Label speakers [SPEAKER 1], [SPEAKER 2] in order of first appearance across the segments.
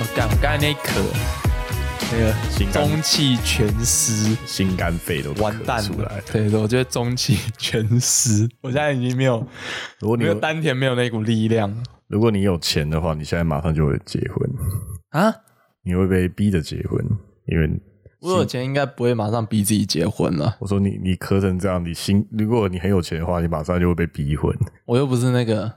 [SPEAKER 1] 我干，我刚才那一咳，那个
[SPEAKER 2] 心肝
[SPEAKER 1] 中气全失，
[SPEAKER 2] 心肝肺都
[SPEAKER 1] 完蛋
[SPEAKER 2] 咳出来
[SPEAKER 1] 了。。对对，我觉得中气全失，我现在已经没有
[SPEAKER 2] 如果你
[SPEAKER 1] 没有
[SPEAKER 2] 有
[SPEAKER 1] 丹田，没有那股力量
[SPEAKER 2] 如果你有钱的话，你现在马上就会结婚，
[SPEAKER 1] 啊。
[SPEAKER 2] 你会被逼着结婚，因为
[SPEAKER 1] 我有钱应该不会马上逼自己结婚了，
[SPEAKER 2] 我说你你咳成这样，你心如果你很有钱的话，你马上就会被 逼婚。
[SPEAKER 1] 我又不是那 个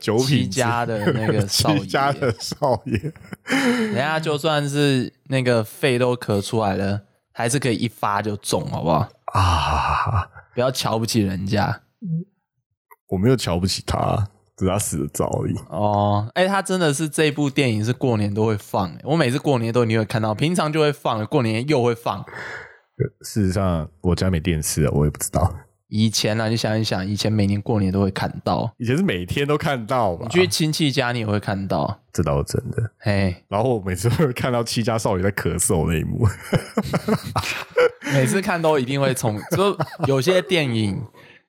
[SPEAKER 2] 九
[SPEAKER 1] 七
[SPEAKER 2] 品芝
[SPEAKER 1] 家的那 个少
[SPEAKER 2] 七家
[SPEAKER 1] 爷，
[SPEAKER 2] 的少爷，
[SPEAKER 1] 人家就算是那个肺都咳出来了，还是可以一发就中，好不好？
[SPEAKER 2] 啊！
[SPEAKER 1] 不要瞧不起人家
[SPEAKER 2] 我没有瞧不起他，只是他死的早而已。
[SPEAKER 1] 哦。哎、他真的是这部电影是过年都会放、哎我每次过年都一定会看到，平常就会放，过年又会放。
[SPEAKER 2] 事实上，我家没电视啊，我也不知道。
[SPEAKER 1] 以前啊，你想一想，以前每年过年都会看到，
[SPEAKER 2] 以前是每天都看到吧
[SPEAKER 1] 你？去亲戚家你也会看到，
[SPEAKER 2] 这倒是真的。
[SPEAKER 1] 嘿，
[SPEAKER 2] 然后我每次都会看到七家少爷在咳嗽那一幕，
[SPEAKER 1] 每次看都一定会从， 就有些电影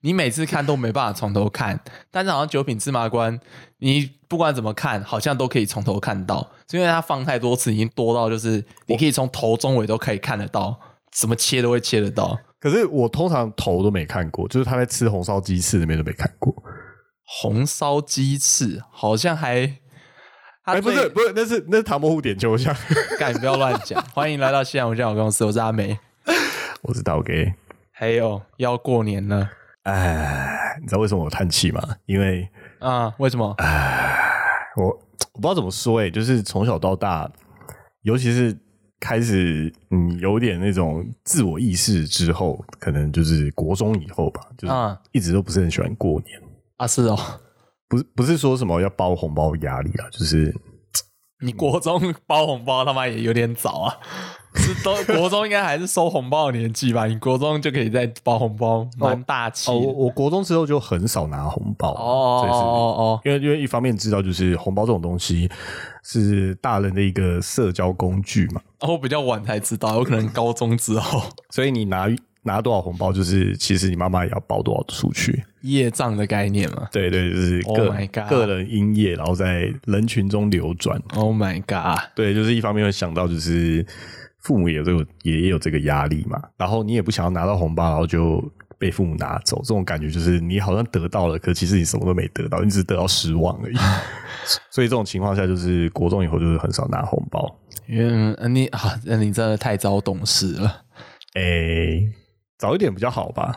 [SPEAKER 1] 你每次看都没办法从头看，但是好像《九品芝麻官》，你不管怎么看，好像都可以从头看到，是因为它放太多次，已经多到就是你可以从头中尾都可以看得到，怎么切都会切得到。
[SPEAKER 2] 可是我通常头都没看过，就是他在吃红烧鸡翅那边都没看过。
[SPEAKER 1] 红烧鸡翅好像还，
[SPEAKER 2] 哎、
[SPEAKER 1] 哎
[SPEAKER 2] 不是不是，那是那是唐伯虎点秋香，
[SPEAKER 1] 干，你不要乱讲。欢迎来到西洋无酱我公司，我是阿美。
[SPEAKER 2] 我知道给。
[SPEAKER 1] 还有要过年了
[SPEAKER 2] 哎，你知道为什么我叹气吗？因为
[SPEAKER 1] 啊、为什么？
[SPEAKER 2] 我我不知道怎么说、哎，就是从小到大，尤其是开始嗯有点那种自我意识之后，可能就是国中以后吧，就是
[SPEAKER 1] 啊
[SPEAKER 2] 一直都不是很喜欢过年。
[SPEAKER 1] 啊，是哦，
[SPEAKER 2] 不是不是说什么要包红包压力啊，就是
[SPEAKER 1] 你国中包红包他妈也有点早啊，是都 国中应该还是收红包的年纪吧？你国中就可以再包红包，蛮大气的
[SPEAKER 2] 哦，我我国中之后就很少拿红包，
[SPEAKER 1] 哦
[SPEAKER 2] 这也
[SPEAKER 1] 哦
[SPEAKER 2] 是
[SPEAKER 1] 哦
[SPEAKER 2] 因为因为一方面知道就是红包这种东西是大人的一个社交工具嘛，
[SPEAKER 1] 哦，我比较晚才知道，有可能高中之 后
[SPEAKER 2] 所以你拿拿多少红包，就是其实你妈妈也要包多少出去。
[SPEAKER 1] 业障的概念嘛。
[SPEAKER 2] 对对，就是个、
[SPEAKER 1] Oh my god
[SPEAKER 2] 个人音乐，然后在人群中流转。
[SPEAKER 1] Oh my god！
[SPEAKER 2] 对，就是一方面会想到就是父母也有这个也有这个压力嘛，然后你也不想要拿到红包，然后就。被父母拿走，这种感觉就是你好像得到了，可其实你什么都没得到，你只是得到失望而已。 所以这种情况下，就是国中以后就是很少拿红包。
[SPEAKER 1] 嗯，呃你啊，呃你真的太早懂事了，
[SPEAKER 2] 诶、早一点比较好吧。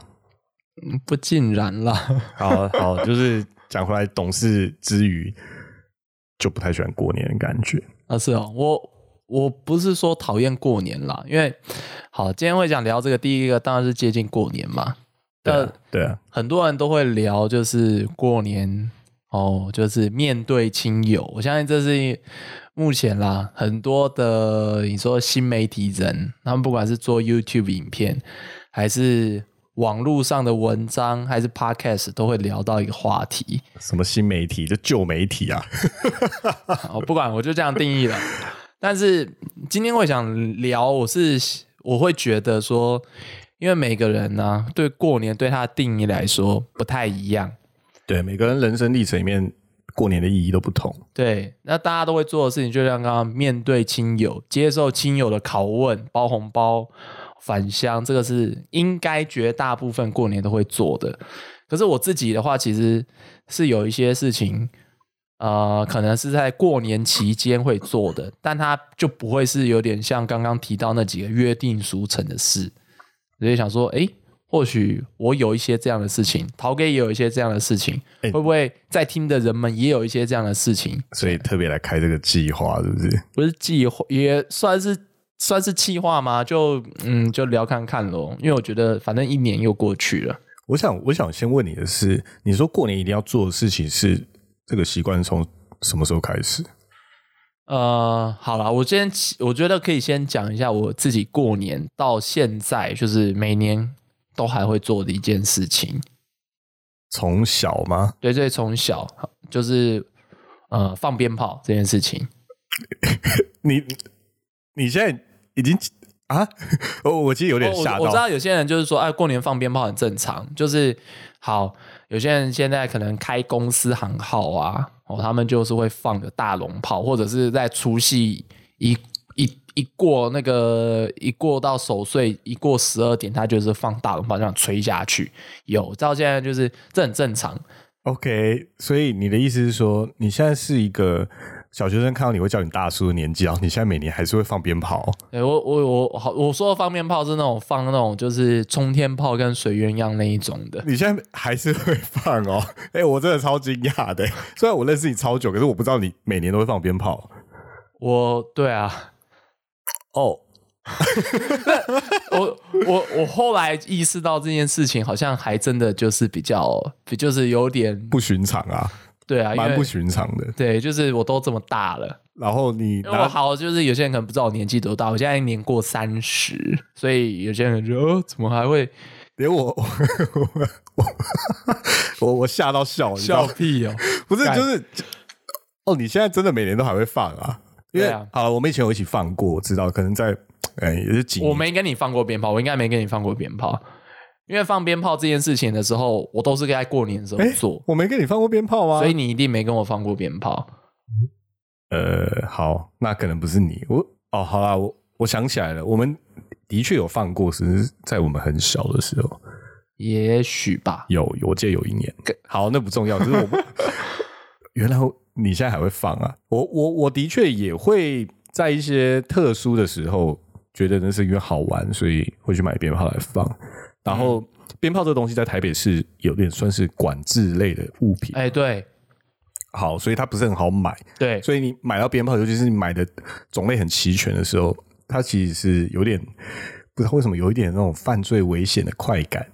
[SPEAKER 1] 嗯不尽然啦。
[SPEAKER 2] 好好，就是讲回来，懂事之余就不太喜欢过年的感觉。
[SPEAKER 1] 啊，是哦，我我不是说讨厌过年啦，因为好，今天会想聊这个，第一个当然是接近过年嘛。
[SPEAKER 2] 对
[SPEAKER 1] 那
[SPEAKER 2] 啊，对啊，
[SPEAKER 1] 很多人都会聊，就是过年哦，就是面对亲友。我相信这是目前啦，很多的你说新媒体人，他们不管是做 YouTube 影片，还是网络上的文章，还是 Podcast，都会聊到一个话题。
[SPEAKER 2] 什么新媒体，就旧媒体啊。
[SPEAKER 1] 哦，不管，我就这样定义了。但是今天会想聊，我是我会觉得说，因为每个人呢、对过年对他的定义来说不太一样。
[SPEAKER 2] 对，每个人人生历程里面，过年的意义都不同。
[SPEAKER 1] 对，那大家都会做的事情，就像刚刚面对亲友、接受亲友的拷问、包红包、返乡，这个是应该绝大部分过年都会做的。可是我自己的话，其实是有一些事情，呃，可能是在过年期间会做的，但它就不会是有点像刚刚提到那几个约定俗成的事。所以想说，诶，或许我有一些这样的事情，陶哥也有一些这样的事情，
[SPEAKER 2] 诶
[SPEAKER 1] 会不会在听的人们也有一些这样的事情？
[SPEAKER 2] 所以特别来开这个计划，是不是？
[SPEAKER 1] 不是计划，也算是算是计划吗？就嗯，就聊看看咯。因为我觉得反正一年又过去了，
[SPEAKER 2] 我想，我想先问你的是，你说过年一定要做的事情是这个习惯从什么时候开始？
[SPEAKER 1] 呃，好啦，我先起我觉得可以先讲一下我自己过年到现在，就是每年都还会做的一件事情。
[SPEAKER 2] 从小吗？
[SPEAKER 1] 对，所以从小就是呃放鞭炮这件事情。
[SPEAKER 2] 你你现在已经啊， 哦，我其实有点
[SPEAKER 1] 我
[SPEAKER 2] 吓
[SPEAKER 1] 我知
[SPEAKER 2] 到，
[SPEAKER 1] 道有些人就是说，哎，过年放鞭炮很正常，就是好。有些人现在可能开公司行号啊，哦，他们就是会放个大龙炮，或者是在除夕一一一过那个一过到守岁，一过十二点，他就是放大龙炮这样吹下去。有到现在就是这很正常，
[SPEAKER 2] OK，所以你的意思是说，你现在是一个小学生，看到你会叫你大叔的年纪，然后你现在每年还是会放鞭炮，
[SPEAKER 1] 对我我我好，我说的放鞭炮是那种放那种就是冲天炮跟水鸳鸯那一种的。
[SPEAKER 2] 你现在还是会放哦？哎、我真的超惊讶的。欸虽然我认识你超久，可是我不知道你每年都会放鞭炮
[SPEAKER 1] 我对啊，
[SPEAKER 2] 哦。
[SPEAKER 1] 我我我后来意识到这件事情，好像还真的就是比较，比就是有点
[SPEAKER 2] 不寻常啊，
[SPEAKER 1] 对啊，因
[SPEAKER 2] 蛮
[SPEAKER 1] 为
[SPEAKER 2] 不寻常的。
[SPEAKER 1] 对，就是我都这么大了，
[SPEAKER 2] 然后你
[SPEAKER 1] 因为我
[SPEAKER 2] 拿
[SPEAKER 1] 好就是有些人可能不知道我年纪多大，我现在年过三十，所以有些人就哦，怎么还会
[SPEAKER 2] 连我， 我我我吓到笑，你知道
[SPEAKER 1] 笑
[SPEAKER 2] 吗
[SPEAKER 1] 屁哦？
[SPEAKER 2] 不是
[SPEAKER 1] 干
[SPEAKER 2] 就是哦，你现在真的每年都还会放啊？因为
[SPEAKER 1] 对啊
[SPEAKER 2] 好了，我们以前有一起放过，我知道，可能在哎也是几年
[SPEAKER 1] 我没跟你放过鞭炮，我应该没跟你放过鞭炮，因为放鞭炮这件事情的时候，我都是在过年的时候
[SPEAKER 2] 哎
[SPEAKER 1] 做。
[SPEAKER 2] 我没跟你放过鞭炮吗？啊
[SPEAKER 1] 所以你一定没跟我放过鞭炮。
[SPEAKER 2] 呃，好，那可能不是你，我哦，好啦，我我想起来了，我们的确有放过，只是在我们很小的时候
[SPEAKER 1] 也许吧，
[SPEAKER 2] 有，我记得有一年。好，那不重要，只是 我不原来我你现在还会放啊？我我我的确也会在一些特殊的时候，觉得那是因为好玩，所以会去买鞭炮来放。然后、
[SPEAKER 1] 嗯
[SPEAKER 2] 鞭炮这东西在台北是有点算是管制类的物品，
[SPEAKER 1] 哎、对
[SPEAKER 2] 好，所以它不是很好买。
[SPEAKER 1] 对，
[SPEAKER 2] 所以你买到鞭炮，尤其是你买的种类很齐全的时候，它其实是有点不知道为什么有一点那种犯罪危险的快感。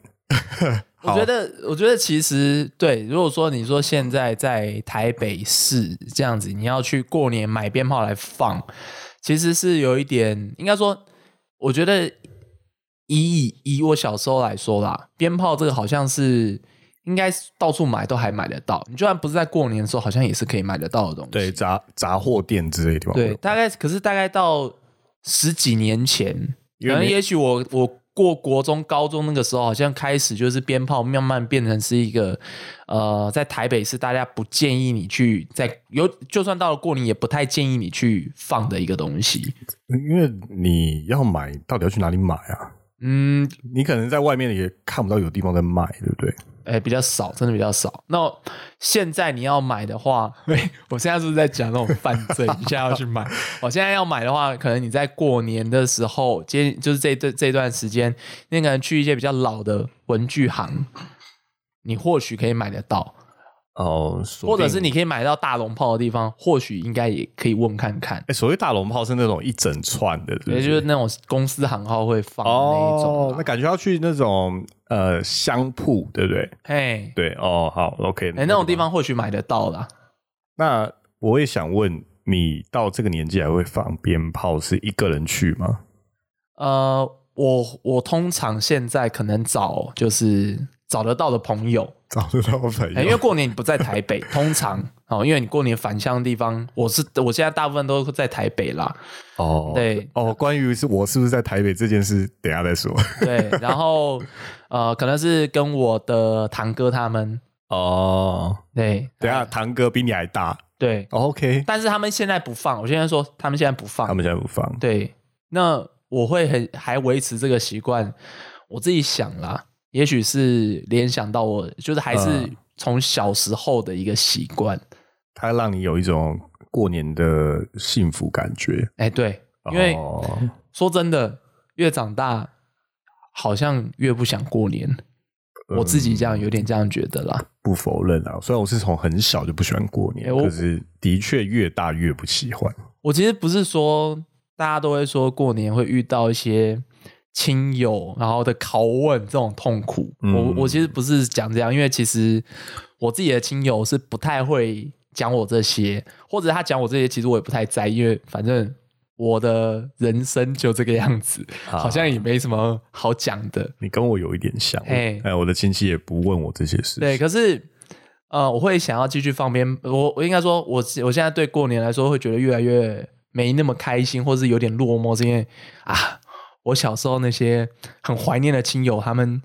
[SPEAKER 1] 我觉得，我觉得其实对。如果说你说现在在台北市这样子，你要去过年买鞭炮来放，其实是有一点，应该说，我觉得以以以我小时候来说啦，鞭炮这个好像是应该是到处买都还买得到，你就算不是在过年的时候，好像也是可以买得到的东西。
[SPEAKER 2] 对，杂杂货店之类的地方，
[SPEAKER 1] 对，，大概可是大概到十几年前，
[SPEAKER 2] 因
[SPEAKER 1] 可能
[SPEAKER 2] 为没
[SPEAKER 1] 也许我我过国中、高中那个时候，好像开始就是鞭炮慢慢变成是一个呃，在台北市大家不建议你去在有，就算到了过年也不太建议你去放的一个东西。
[SPEAKER 2] 因为你要买，到底要去哪里买啊？
[SPEAKER 1] 嗯，
[SPEAKER 2] 你可能在外面也看不到有地方在卖，对不对？
[SPEAKER 1] 哎、比较少，真的比较少。那现在你要买的话，哎，我现在是不是在讲那种犯罪？你现在要去买？我现在要买的话，可能你在过年的时候，接就是这这这段时间，你可能去一些比较老的文具行，你或许可以买得到，
[SPEAKER 2] 哦，
[SPEAKER 1] 或者是你可以买到大龙炮的地方，或许应该也可以问看看。
[SPEAKER 2] 哎，所谓大龙炮是那种一整串的，对
[SPEAKER 1] 也
[SPEAKER 2] 不
[SPEAKER 1] 就是
[SPEAKER 2] 对？
[SPEAKER 1] 那种公司行号会放的那一种
[SPEAKER 2] 哦
[SPEAKER 1] 啦，，
[SPEAKER 2] 那感觉要去那种呃香铺，对不对？
[SPEAKER 1] 嘿，
[SPEAKER 2] 对，哦，好，OK，
[SPEAKER 1] 哎，那种地方或许买得到啦。
[SPEAKER 2] 那我也想问，你到这个年纪还会放鞭炮，是一个人去吗？
[SPEAKER 1] 呃，我我通常现在可能找就是找得到的朋友，
[SPEAKER 2] 找得到朋
[SPEAKER 1] 哎因为过年你不在台北，通常哦，因为你过年返乡的地方，我是我现在大部分都在台北啦，
[SPEAKER 2] 哦，
[SPEAKER 1] 对
[SPEAKER 2] 哦，关于是我是不是在台北这件事，等一下再说。
[SPEAKER 1] 对，然后呃，可能是跟我的堂哥他们，
[SPEAKER 2] 哦，
[SPEAKER 1] 对
[SPEAKER 2] 等一下堂哥比你还大、
[SPEAKER 1] 对，
[SPEAKER 2] 哦、，OK，
[SPEAKER 1] 但是他们现在不放，我现在说他们现在不放
[SPEAKER 2] 他，们现在不放。
[SPEAKER 1] 对，那我会很还维持这个习惯。我自己想啦，也许是联想到我，就是还是
[SPEAKER 2] 嗯
[SPEAKER 1] 从小时候的一个习惯。
[SPEAKER 2] 它让你有一种过年的幸福感觉，
[SPEAKER 1] 哎、对，因为、
[SPEAKER 2] 哦、
[SPEAKER 1] 说真的，越长大好像越不想过年。
[SPEAKER 2] 嗯
[SPEAKER 1] 我自己这样有点这样觉得啦。
[SPEAKER 2] 不否认啊，虽然我是从很小就不喜欢过年，
[SPEAKER 1] 哎我
[SPEAKER 2] 可是的确越大越不喜欢。
[SPEAKER 1] 我其实不是说大家都会说过年会遇到一些亲友然后的拷问这种痛苦，
[SPEAKER 2] 嗯
[SPEAKER 1] 我我其实不是讲这样，因为其实我自己的亲友是不太会讲我这些，或者他讲我这些，其实我也不太在意，因为反正。我的人生就这个样子，
[SPEAKER 2] 啊
[SPEAKER 1] 好像也没什么好讲的。
[SPEAKER 2] 你跟我有一点像，
[SPEAKER 1] 嘿
[SPEAKER 2] 哎，我的亲戚也不问我这些事情。
[SPEAKER 1] 对，可是呃，我会想要继续放鞭，我我应该说我，我现在对过年来说会觉得越来越没那么开心，或是有点落寞，是因为啊，我小时候那些很怀念的亲友，他们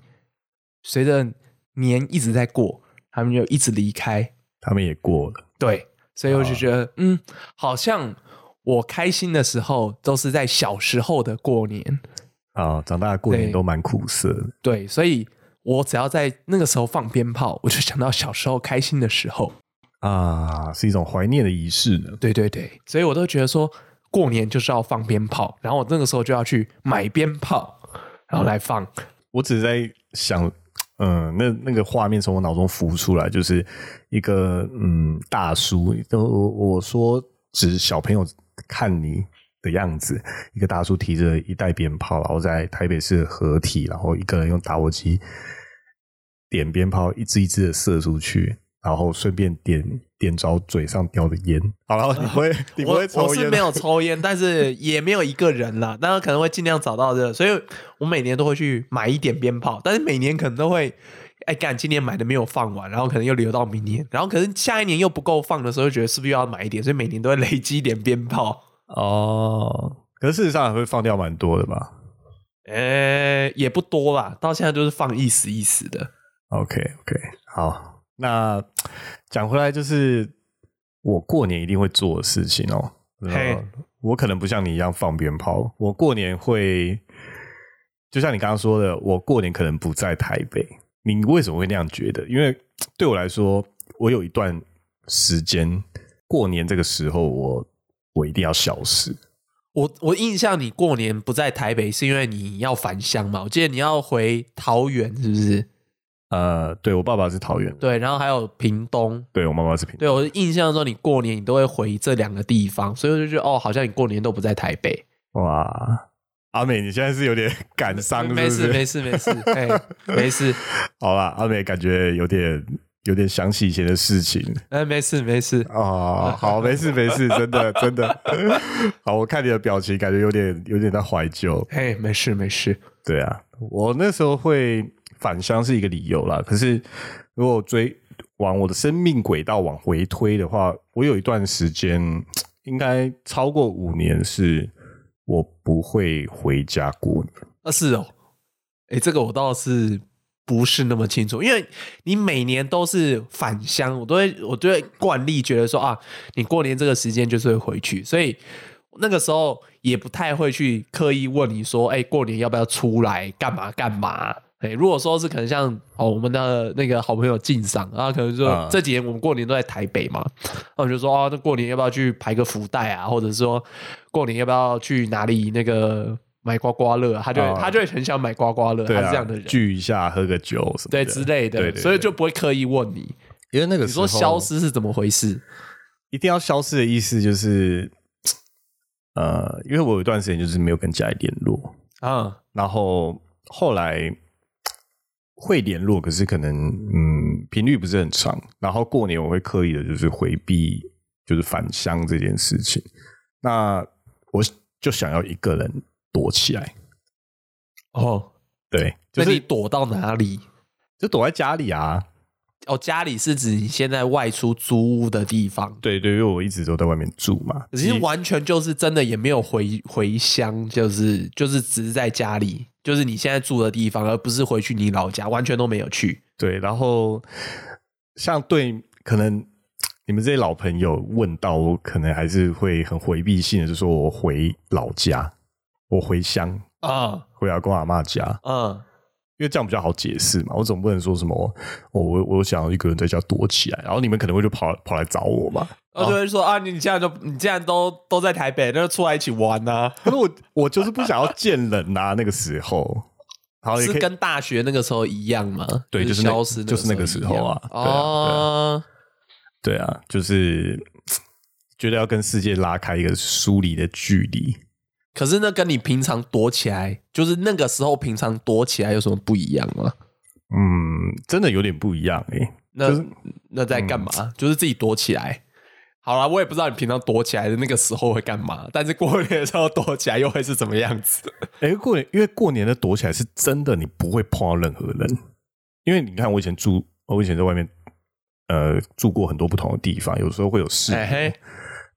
[SPEAKER 1] 随着年一直在过，他们就一直离开。
[SPEAKER 2] 他们也过了，
[SPEAKER 1] 对，所以我就觉得，嗯，好像我开心的时候都是在小时候的过年。
[SPEAKER 2] 啊，长大过年
[SPEAKER 1] 对
[SPEAKER 2] 都蛮苦涩的。
[SPEAKER 1] 对，所以我只要在那个时候放鞭炮，我就想到小时候开心的时候。
[SPEAKER 2] 啊，是一种怀念的仪式呢。
[SPEAKER 1] 对对对，所以我都觉得说，过年就是要放鞭炮，然后我那个时候就要去买鞭炮，然后来放。
[SPEAKER 2] 我只是在想，嗯，那那个画面从我脑中浮出来，就是一个嗯大叔，我我我说指小朋友看你的样子，一个大叔提着一袋鞭炮，然后在台北市的合体，然后一个人用打火机点鞭炮，一支一支的射出去。然后顺便点点着嘴上叼的烟，好了，你不会，你不
[SPEAKER 1] 我
[SPEAKER 2] 会抽
[SPEAKER 1] 我
[SPEAKER 2] 烟
[SPEAKER 1] 是
[SPEAKER 2] 吗
[SPEAKER 1] 没有抽烟，但是也没有一个人啦，当然可能会尽量找到这个所以我每年都会去买一点鞭炮，但是每年可能都会。哎，干！今年买的没有放完，然后可能又留到明年，然后可能下一年又不够放的时候，就觉得是不是又要买一点？所以每年都会累积一点鞭炮。
[SPEAKER 2] 哦。可是事实上还会放掉蛮多的吧？
[SPEAKER 1] 呃，也不多啦，到现在就是放意思意思的。
[SPEAKER 2] OK OK，好，那讲回来就是我过年一定会做的事情哦。
[SPEAKER 1] 嘿
[SPEAKER 2] 呃我可能不像你一样放鞭炮，我过年会，就像你刚刚说的，我过年可能不在台北。你为什么会那样觉得？因为对我来说，我有一段时间过年这个时候我，我一定要消失。
[SPEAKER 1] 我我印象你过年不在台北，是因为你要返乡嘛？我记得你要回桃园，是不是？
[SPEAKER 2] 呃，对我爸爸是桃园人，
[SPEAKER 1] 对，然后还有屏东。
[SPEAKER 2] 对我妈妈是平，
[SPEAKER 1] 对我印象中，你过年你都会回这两个地方，所以我就觉得哦，好像你过年都不在台北。
[SPEAKER 2] 哇，阿美，你现在是 有点感伤，是不
[SPEAKER 1] 没
[SPEAKER 2] 是
[SPEAKER 1] 事没事没事，哎，没事，
[SPEAKER 2] 好啦，阿美感觉有点有点想起以前的事情
[SPEAKER 1] 哎，没事没 事。
[SPEAKER 2] 哦。好，没事没事，真的真的。 好，我看你的表情，感觉有点有点在怀旧。
[SPEAKER 1] 哎，没事没事，
[SPEAKER 2] 对啊，我那时候会返乡是一个理由啦。可是如果追往我的生命轨道往回推的话，我有一段时间，应该超过五年，是我不会回家过年。
[SPEAKER 1] 啊是哦，哎，这个我倒是不是那么清楚，因为你每年都是返乡，我都会我都会惯例觉得说啊，你过年这个时间就是会回去，所以那个时候也不太会去刻意问你说，哎，过年要不要出来干嘛干嘛。哎，如果说是可能像哦，我们的那个好朋友晋赏啊，可能说
[SPEAKER 2] 啊
[SPEAKER 1] 这几年我们过年都在台北嘛，那我就说哦，那过年要不要去排个福袋啊，或者说过年要不要去哪里那个买刮刮乐啊、他就会、
[SPEAKER 2] 啊
[SPEAKER 1] 他就会很想买刮刮乐，
[SPEAKER 2] 对
[SPEAKER 1] 他
[SPEAKER 2] 啊，
[SPEAKER 1] 是这样的人，
[SPEAKER 2] 聚一下，喝个酒什么
[SPEAKER 1] 对
[SPEAKER 2] 的
[SPEAKER 1] 之类的，
[SPEAKER 2] 对对对
[SPEAKER 1] 所以就不会刻意问你。
[SPEAKER 2] 因为那个
[SPEAKER 1] 你说
[SPEAKER 2] 时候
[SPEAKER 1] 消失是怎么回事？
[SPEAKER 2] 一定要消失的意思就是，呃，因为我有一段时间就是没有跟家里联络，
[SPEAKER 1] 啊、
[SPEAKER 2] 然后后来会联络，可是可能嗯频率不是很长。然后过年我会刻意的就是回避，就是返乡这件事情。那我就想要一个人躲起来，
[SPEAKER 1] 哦，
[SPEAKER 2] 对，就
[SPEAKER 1] 那你
[SPEAKER 2] 是
[SPEAKER 1] 躲到哪里？
[SPEAKER 2] 就躲在家里啊。
[SPEAKER 1] 哦，家里是指你现在外出租屋的地方，
[SPEAKER 2] 对对，因为我一直都在外面住嘛，
[SPEAKER 1] 可是完全就是真的也没有回回乡，就是就是只是在家里，就是你现在住的地方，而不是回去你老家，完全都没有去。
[SPEAKER 2] 对，然后像对可能你们这些老朋友问到我，可能还是会很回避性的，就说我回老家，我回乡，
[SPEAKER 1] 啊
[SPEAKER 2] 回阿公阿妈家，
[SPEAKER 1] 嗯，
[SPEAKER 2] 因为这样比较好解释嘛。我总不能说什么，哦、我我想要一个人在家躲起来，然后你们可能会就跑跑来找我嘛。
[SPEAKER 1] 我就会说啊，你现在就你既然都都在台北，那就出来一起玩啊呐、
[SPEAKER 2] 可是我我就是不想要见人呐、那个时候。哦好，也
[SPEAKER 1] 是
[SPEAKER 2] 可以
[SPEAKER 1] 跟大学那个时候一样吗？
[SPEAKER 2] 对就是那
[SPEAKER 1] 消失，
[SPEAKER 2] 就是那个时候啊
[SPEAKER 1] 一样
[SPEAKER 2] 对啊
[SPEAKER 1] 哦，
[SPEAKER 2] 对啊，就是。觉得要跟世界拉开一个疏离的距离，
[SPEAKER 1] 可是那跟你平常躲起来，就是那个时候平常躲起来有什么不一样吗？
[SPEAKER 2] 嗯，真的有点不一样欸诶、
[SPEAKER 1] 那、
[SPEAKER 2] 就是嗯
[SPEAKER 1] 那在干嘛？就是自己躲起来。好啦，我也不知道你平常躲起来的那个时候会干嘛，但是过年的时候躲起来又会是怎么样子？
[SPEAKER 2] 哎、过年因为过年的躲起来是真的，你不会碰到任何人。因为你看，我以前住，我以前在外面，呃，住过很多不同的地方，有时候会有室友。
[SPEAKER 1] 哎嘿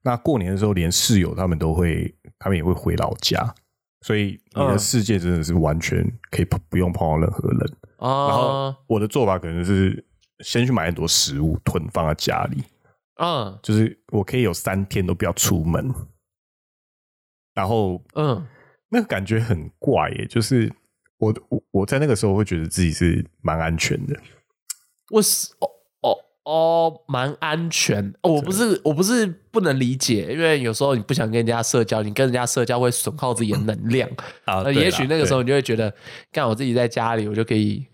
[SPEAKER 2] 那过年的时候，连室友他们都会，他们也会回老家。所以你的
[SPEAKER 1] 嗯
[SPEAKER 2] 世界真的是完全可以不不用碰到任何人。 然后
[SPEAKER 1] 哦，
[SPEAKER 2] 我的做法可能是先去买很多食物囤放在家里，
[SPEAKER 1] 嗯
[SPEAKER 2] 就是我可以有三天都不要出门，然后
[SPEAKER 1] 嗯
[SPEAKER 2] 那个感觉很怪耶、就是我我我在那个时候会觉得自己是蛮安全的，
[SPEAKER 1] 我是哦哦哦，蛮安全。哦我不是我不是不能理解，因为有时候你不想跟人家社交，你跟人家社交会损耗自己的能量。
[SPEAKER 2] 啊
[SPEAKER 1] 那呃也许那个时候你就会觉得，干我自己在家里，我就可以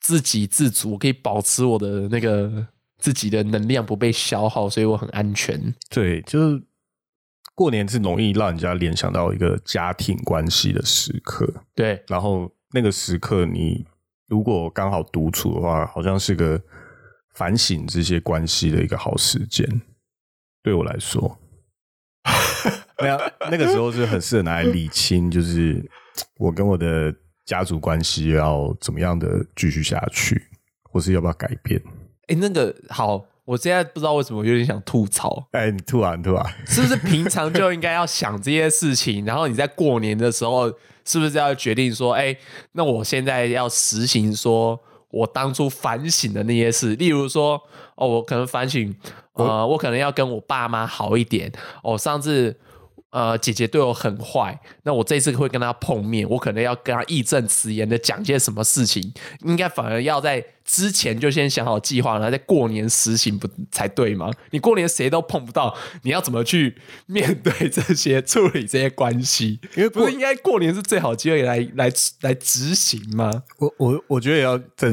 [SPEAKER 1] 自给自足，我可以保持我的那个自己的能量不被消耗，所以我很安全。
[SPEAKER 2] 对，就是过年是容易让人家联想到一个家庭关系的时刻，
[SPEAKER 1] 对，
[SPEAKER 2] 然后那个时刻你如果刚好独处的话，好像是个反省这些关系的一个好时间。对我来说，那那个时候是很适合拿来理清，就是我跟我的家族关系要怎么样的继续下去，或是要不要改变。
[SPEAKER 1] 哎，那个好，我现在不知道为什么有点想吐槽，
[SPEAKER 2] 哎，你突然突然，
[SPEAKER 1] 是不是平常就应该要想这些事情，然后你在过年的时候，是不是要决定说，哎，那我现在要实行说。我当初反省的那些事，例如说，哦，我可能反省，呃，我可能要跟我爸妈好一点。哦，上次呃姐姐对我很坏，那我这次会跟她碰面，我可能要跟她义正辞严的讲些什么事情，应该反而要在之前就先想好计划，然后在过年实行不才对吗？你过年谁都碰不到，你要怎么去面对这些 处理这些关系？
[SPEAKER 2] 因为
[SPEAKER 1] 不是应该过年是最好机会来来来执行吗？
[SPEAKER 2] 我我我觉得也要在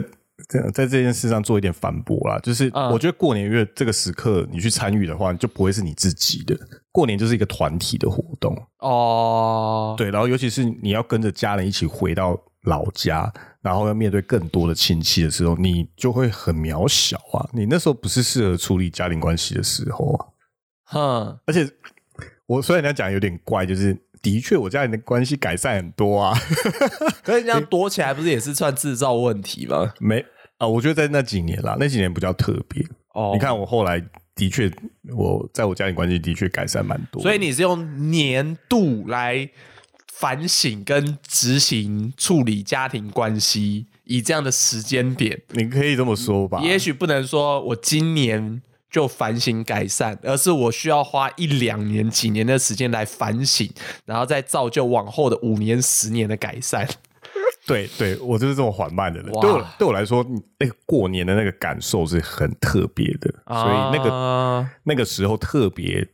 [SPEAKER 2] 在在这件事上做一点反驳啦，就是
[SPEAKER 1] 嗯
[SPEAKER 2] 我觉得过年月这个时刻你去参与的话，你就不会是你自己的。过年就是一个团体的活动，
[SPEAKER 1] 哦，
[SPEAKER 2] 对，然后尤其是你要跟着家人一起回到老家，然后要面对更多的亲戚的时候，你就会很渺小啊。你那时候不是适合处理家庭关系的时候啊。
[SPEAKER 1] 哼，
[SPEAKER 2] 而且我虽然这样讲有点怪，就是的确我家人的关系改善很多啊，
[SPEAKER 1] 可是这样躲起来不是也是算制造问题吗？
[SPEAKER 2] 没啊，我觉得在那几年啦，那几年比较特别，
[SPEAKER 1] 哦
[SPEAKER 2] 你看我后来的确，我在我家庭关系的确改善蛮多的，
[SPEAKER 1] 所以你是用年度来反省跟执行处理家庭关系，以这样的时间点，
[SPEAKER 2] 你可以这么说吧。
[SPEAKER 1] 也许不能说我今年就反省改善，而是我需要花一两年、几年的时间来反省，然后再造就往后的五年、十年的改善。
[SPEAKER 2] 对对，我就是这种缓慢的人。
[SPEAKER 1] 哇
[SPEAKER 2] 对我对我来说，那个过年的那个感受是很特别的，
[SPEAKER 1] 啊
[SPEAKER 2] 所以那个
[SPEAKER 1] 个
[SPEAKER 2] 那个时候特别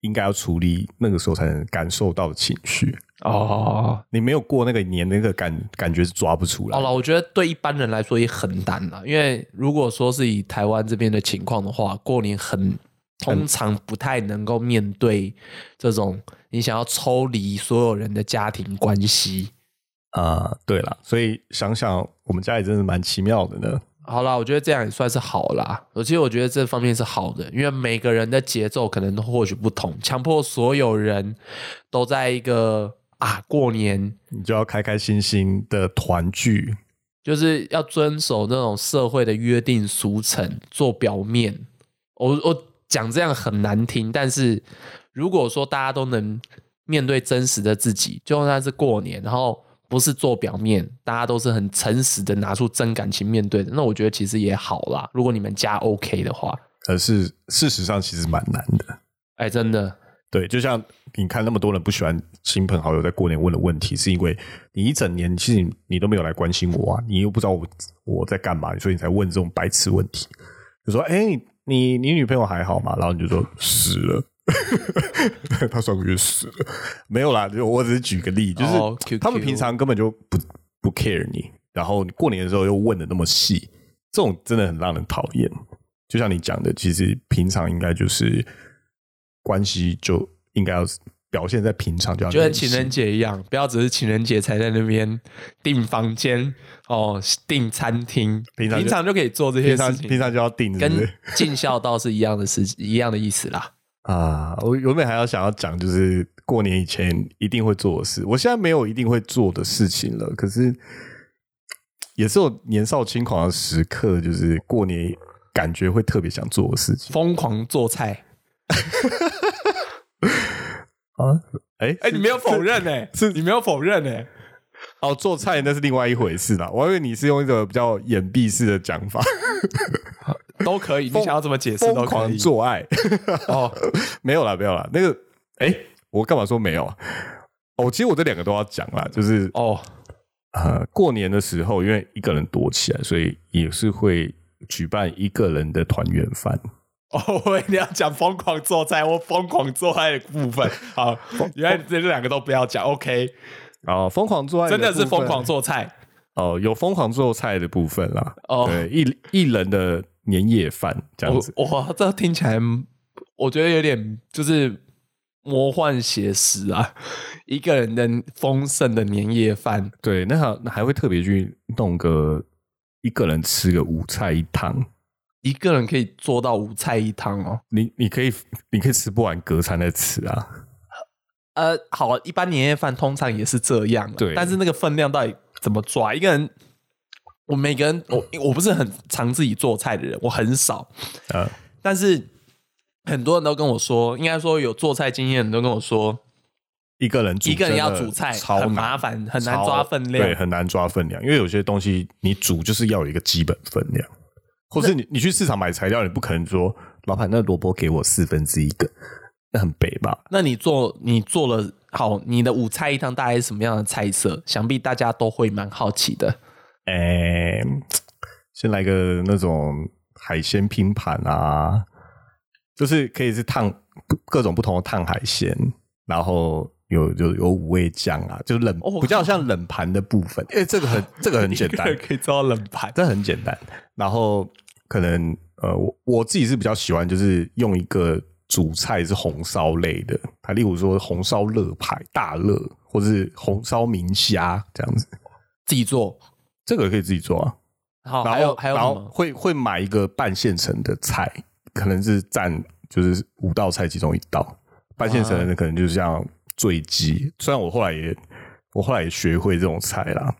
[SPEAKER 2] 应该要处理，那个时候才能感受到的情绪。
[SPEAKER 1] 哦，
[SPEAKER 2] 你没有过那个年，那个感感觉是抓不出来
[SPEAKER 1] 好。了，我觉得对一般人来说也很难了，因为如果说是以台湾这边的情况的话，过年很通常不太能够面对这种你想要抽离所有人的家庭关系。
[SPEAKER 2] 啊、对了，所以想想我们家里真的蛮奇妙的呢。
[SPEAKER 1] 好啦，我觉得这样也算是好啦。我其实我觉得这方面是好的，因为每个人的节奏可能或许不同，强迫所有人都在一个啊过年
[SPEAKER 2] 你就要开开心心的团聚，
[SPEAKER 1] 就是要遵守那种社会的约定俗成，做表面。我我讲这样很难听，但是如果说大家都能面对真实的自己，就算是过年，然后不是做表面，大家都是很诚实的拿出真感情面对的，那我觉得其实也好啦。如果你们家 OK 的话，
[SPEAKER 2] 可呃是事实上其实蛮难的。
[SPEAKER 1] 哎，真的，
[SPEAKER 2] 对，就像你看那么多人不喜欢亲朋好友在过年问的问题，是因为你一整年其实你都没有来关心我啊，你又不知道我我在干嘛，所以你才问这种白痴问题。就说：“哎、你你女朋友还好吗？”然后你就说：“死了。” 他上个月死了，没有啦，就我只是举个例，就是、
[SPEAKER 1] 哦，QQ
[SPEAKER 2] 他们平常根本就不不 care 你，然后你过年的时候又问的那么细，这种真的很让人讨厌。就像你讲的，其实平常应该就是关系就应该要表现在平常，就要
[SPEAKER 1] 就跟
[SPEAKER 2] 联系
[SPEAKER 1] 情人节一样，不要只是情人节才在那边订房间哦，订餐厅，
[SPEAKER 2] 平常就
[SPEAKER 1] 就可以做这些
[SPEAKER 2] 平常
[SPEAKER 1] 事情。
[SPEAKER 2] 平常就要定是不
[SPEAKER 1] 跟
[SPEAKER 2] 是
[SPEAKER 1] 尽孝道是一样的事， 一样的意思啦。
[SPEAKER 2] 啊。我原本还要想要讲，就是过年以前一定会做的事，我现在没有一定会做的事情了，可是也是有年少轻狂的时刻，就是过年感觉会特别想做的事情。
[SPEAKER 1] 疯狂做菜，
[SPEAKER 2] 哎
[SPEAKER 1] 哎、你没有否认哎、
[SPEAKER 2] 欸是
[SPEAKER 1] 你没有否认哎、
[SPEAKER 2] 哦，做菜那是另外一回事啦。我以为你是用一个比较掩蔽式的讲法，
[SPEAKER 1] 都可以，你
[SPEAKER 2] 疯
[SPEAKER 1] 想要怎么解释
[SPEAKER 2] 疯
[SPEAKER 1] 都可
[SPEAKER 2] 狂
[SPEAKER 1] 以。
[SPEAKER 2] 做 爱。
[SPEAKER 1] 哦，
[SPEAKER 2] 没有啦，没有啦。那个，哎、我干嘛说没有啊？哦，其实我这两个都要讲啦，就是
[SPEAKER 1] 哦，
[SPEAKER 2] 呃，过年的时候，因为一个人躲起来，所以也是会举办一个人的团圆饭。
[SPEAKER 1] 哦， 我你要讲疯狂做菜或疯狂做爱的部分。好，原来这两个都不要讲。OK，
[SPEAKER 2] 然后疯狂做爱
[SPEAKER 1] 真的
[SPEAKER 2] 的
[SPEAKER 1] 是
[SPEAKER 2] 部分
[SPEAKER 1] 疯狂做菜。
[SPEAKER 2] 哦，有疯狂做菜的部分啦。
[SPEAKER 1] 哦
[SPEAKER 2] 对，一一人的年夜饭这样子。
[SPEAKER 1] 我哇，这听起来我觉得有点就是魔幻写实啊，一个人的丰盛的年夜饭。
[SPEAKER 2] 对，那还那还会特别去弄个一个人吃个五菜一汤。
[SPEAKER 1] 一个人可以做到五菜一汤哦。
[SPEAKER 2] 你你可以你可以吃不完，隔餐再吃啊。
[SPEAKER 1] 呃，好，一般年夜饭通常也是这样啦，啊
[SPEAKER 2] 对
[SPEAKER 1] 但是那个分量到底怎么抓？一个人，我每个人，我我不是很常自己做菜的人，我很少，
[SPEAKER 2] 呃，
[SPEAKER 1] 但是很多人都跟我说，应该说有做菜经验的人都跟我说，
[SPEAKER 2] 一个人煮
[SPEAKER 1] 一个人要
[SPEAKER 2] 真的
[SPEAKER 1] 煮菜
[SPEAKER 2] 超
[SPEAKER 1] 很麻
[SPEAKER 2] 难
[SPEAKER 1] 烦，很难
[SPEAKER 2] 超
[SPEAKER 1] 抓分量。
[SPEAKER 2] 对，很难抓分量，因为有些东西你煮就是要有一个基本分量，或是你你去市场买材料，你不可能说老板那萝卜给我四分之一个， 那很北吧？
[SPEAKER 1] 那你做你做了好，你的五菜一汤大概是什么样的菜色？想必大家都会蛮好奇的。
[SPEAKER 2] 哎、先来个那种海鲜拼盘啊，就是可以是烫各各种不同的烫海鲜，然后有有有五味酱啊，就是冷、
[SPEAKER 1] 哦
[SPEAKER 2] 比较像冷盘的部分，因为这个 很这个很简单
[SPEAKER 1] 一个，人可以做到冷盘。
[SPEAKER 2] 这很简单。然后可能呃，我我自己是比较喜欢就是用一个主菜是红烧类的，它例如说红烧热排、大热，或是红烧明虾这样子，
[SPEAKER 1] 自己做。
[SPEAKER 2] 这个可以自己做啊。
[SPEAKER 1] 好，哦
[SPEAKER 2] 然后
[SPEAKER 1] 还有还有什
[SPEAKER 2] 然后
[SPEAKER 1] 么？
[SPEAKER 2] 会会买一个半现成的菜，可能是占就是五道菜其中一道，半现
[SPEAKER 1] 啊
[SPEAKER 2] 成的可能就是像醉鸡。虽然我后来也我后来也学会这种菜啦。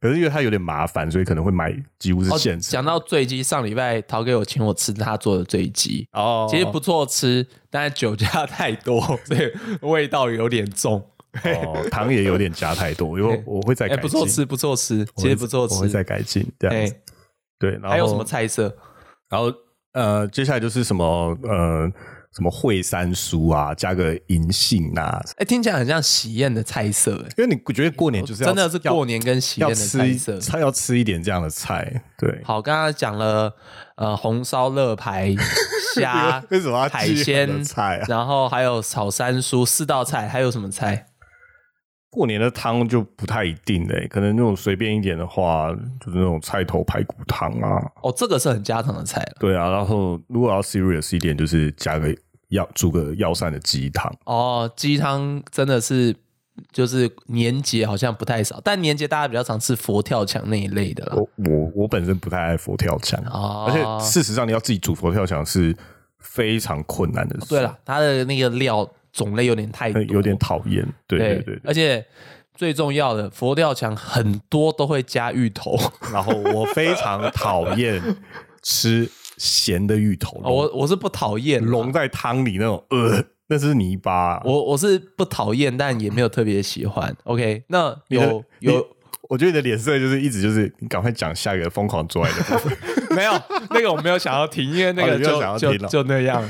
[SPEAKER 2] 可是因为它有点麻烦，所以可能会买几乎是
[SPEAKER 1] 哦
[SPEAKER 2] 现成的。
[SPEAKER 1] 讲到醉鸡，上礼拜陶哥有请我吃他做的醉鸡，
[SPEAKER 2] 哦
[SPEAKER 1] 其实不错吃，但是酒加太多，所以味道有点重。
[SPEAKER 2] 哦， 糖也有点加太多，因为我会再
[SPEAKER 1] 哎、
[SPEAKER 2] 改进。
[SPEAKER 1] 不错吃，不错吃，
[SPEAKER 2] 我
[SPEAKER 1] 其
[SPEAKER 2] 会再，
[SPEAKER 1] 实不错
[SPEAKER 2] 我会
[SPEAKER 1] 吃。
[SPEAKER 2] 再改进这
[SPEAKER 1] 哎、
[SPEAKER 2] 样子。对，然后
[SPEAKER 1] 还有什么？菜色？
[SPEAKER 2] 然后呃，接下来就是什么呃，什么烩三蔬啊，加个银杏啊，
[SPEAKER 1] 哎、听起来很像喜宴的菜色、哎，
[SPEAKER 2] 因为你觉得过年就是
[SPEAKER 1] 哦
[SPEAKER 2] 要
[SPEAKER 1] 真的是
[SPEAKER 2] 要
[SPEAKER 1] 过年跟喜宴的
[SPEAKER 2] 要
[SPEAKER 1] 菜
[SPEAKER 2] 吃
[SPEAKER 1] 色。
[SPEAKER 2] 菜，要吃一点这样的菜。对，
[SPEAKER 1] 好，刚刚讲了呃红烧乐
[SPEAKER 2] 、
[SPEAKER 1] 排、虾
[SPEAKER 2] 为什么要
[SPEAKER 1] 啊海
[SPEAKER 2] 记很多
[SPEAKER 1] 鲜
[SPEAKER 2] 菜啊
[SPEAKER 1] 然后还有炒三蔬四道菜，还有什么菜？
[SPEAKER 2] 过年的汤就不太一定嘞、可能那种随便一点的话，就是那种菜头排骨汤啊，
[SPEAKER 1] 哦，这个是很家常的菜了。
[SPEAKER 2] 对啊，然后如果要 serious 一点，就是加个药煮个药膳的鸡汤。
[SPEAKER 1] 哦，鸡汤真的是就是年节好像不太少，但年节大家比较常吃佛跳墙那一类的啦。
[SPEAKER 2] 我哦我我本身不太爱佛跳墙，
[SPEAKER 1] 哦，
[SPEAKER 2] 而且事实上你要自己煮佛跳墙是非常困难的事。
[SPEAKER 1] 对了，它的那个料种类有点太多
[SPEAKER 2] 呃，，有点讨厌。对对对，
[SPEAKER 1] 而且最重要的佛跳墙很多都会加芋头。
[SPEAKER 2] 然后我非常讨厌吃咸的芋头，
[SPEAKER 1] 哦我我是不讨厌啦，
[SPEAKER 2] 融在汤里那种，呃，那是泥巴。
[SPEAKER 1] 我我是不讨厌，但也没有特别喜欢。OK，那
[SPEAKER 2] 你的
[SPEAKER 1] 有
[SPEAKER 2] 你
[SPEAKER 1] 有
[SPEAKER 2] 我觉得你的脸色就是一直就是，你赶快讲下一个疯狂做爱的部分。
[SPEAKER 1] 没有那个我没有想要听，因为那
[SPEAKER 2] 哦
[SPEAKER 1] 个
[SPEAKER 2] 你没有
[SPEAKER 1] 就、
[SPEAKER 2] 想要
[SPEAKER 1] 就
[SPEAKER 2] 听了
[SPEAKER 1] 就那样，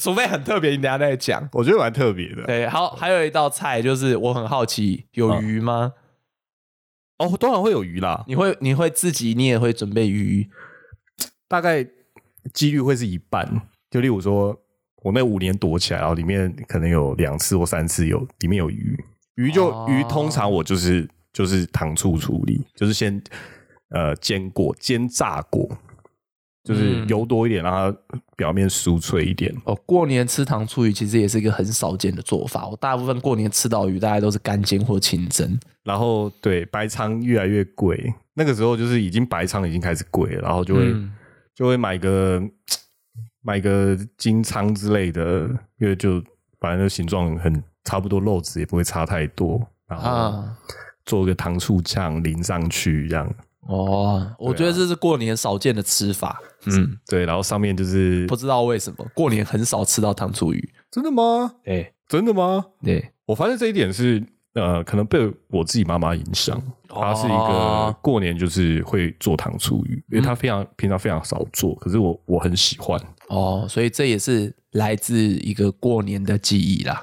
[SPEAKER 1] 除非很特别，你等一下再讲。
[SPEAKER 2] 我觉得蛮特别 的。
[SPEAKER 1] 对，好，还有一道菜就是我很好奇，有鱼吗？
[SPEAKER 2] 哦，当然会有鱼啦，
[SPEAKER 1] 你会你会自己你也会准备鱼？
[SPEAKER 2] 大概几率会是一半。就例如说，我那五年躲起来，然后里面可能有两次或三次有里面有鱼，鱼就、
[SPEAKER 1] 哦
[SPEAKER 2] 鱼通常我就是就是糖醋处理，就是先呃煎过煎炸过，就是
[SPEAKER 1] 嗯
[SPEAKER 2] 油多一点，让它表面酥脆一点。
[SPEAKER 1] 哦，过年吃糖醋鱼其实也是一个很少见的做法。我大部分过年吃到鱼，大概都是干煎或清蒸。
[SPEAKER 2] 然后对白鲳越来越贵，那个时候就是已经白鲳已经开始贵了，然后就会、
[SPEAKER 1] 嗯
[SPEAKER 2] 就会买个买个金仓之类的，因为就反正形状很差不多，肉质也不会差太多，然后
[SPEAKER 1] 啊，
[SPEAKER 2] 做个糖醋酱淋上去这样，
[SPEAKER 1] 哦，我觉得这是过年少见的吃法。嗯，
[SPEAKER 2] 对，然后上面就是
[SPEAKER 1] 不知道为什么过年很少吃到糖醋鱼。
[SPEAKER 2] 真的吗？
[SPEAKER 1] 对
[SPEAKER 2] 真的吗？
[SPEAKER 1] 对，
[SPEAKER 2] 我发现这一点是，呃，可能被我自己妈妈影响。
[SPEAKER 1] 哦嗯
[SPEAKER 2] 她是一个过年就是会做糖醋鱼，因为她非常平常非常少做，可是我我很喜欢
[SPEAKER 1] 哦，所以这也是来自一个过年的记忆啦。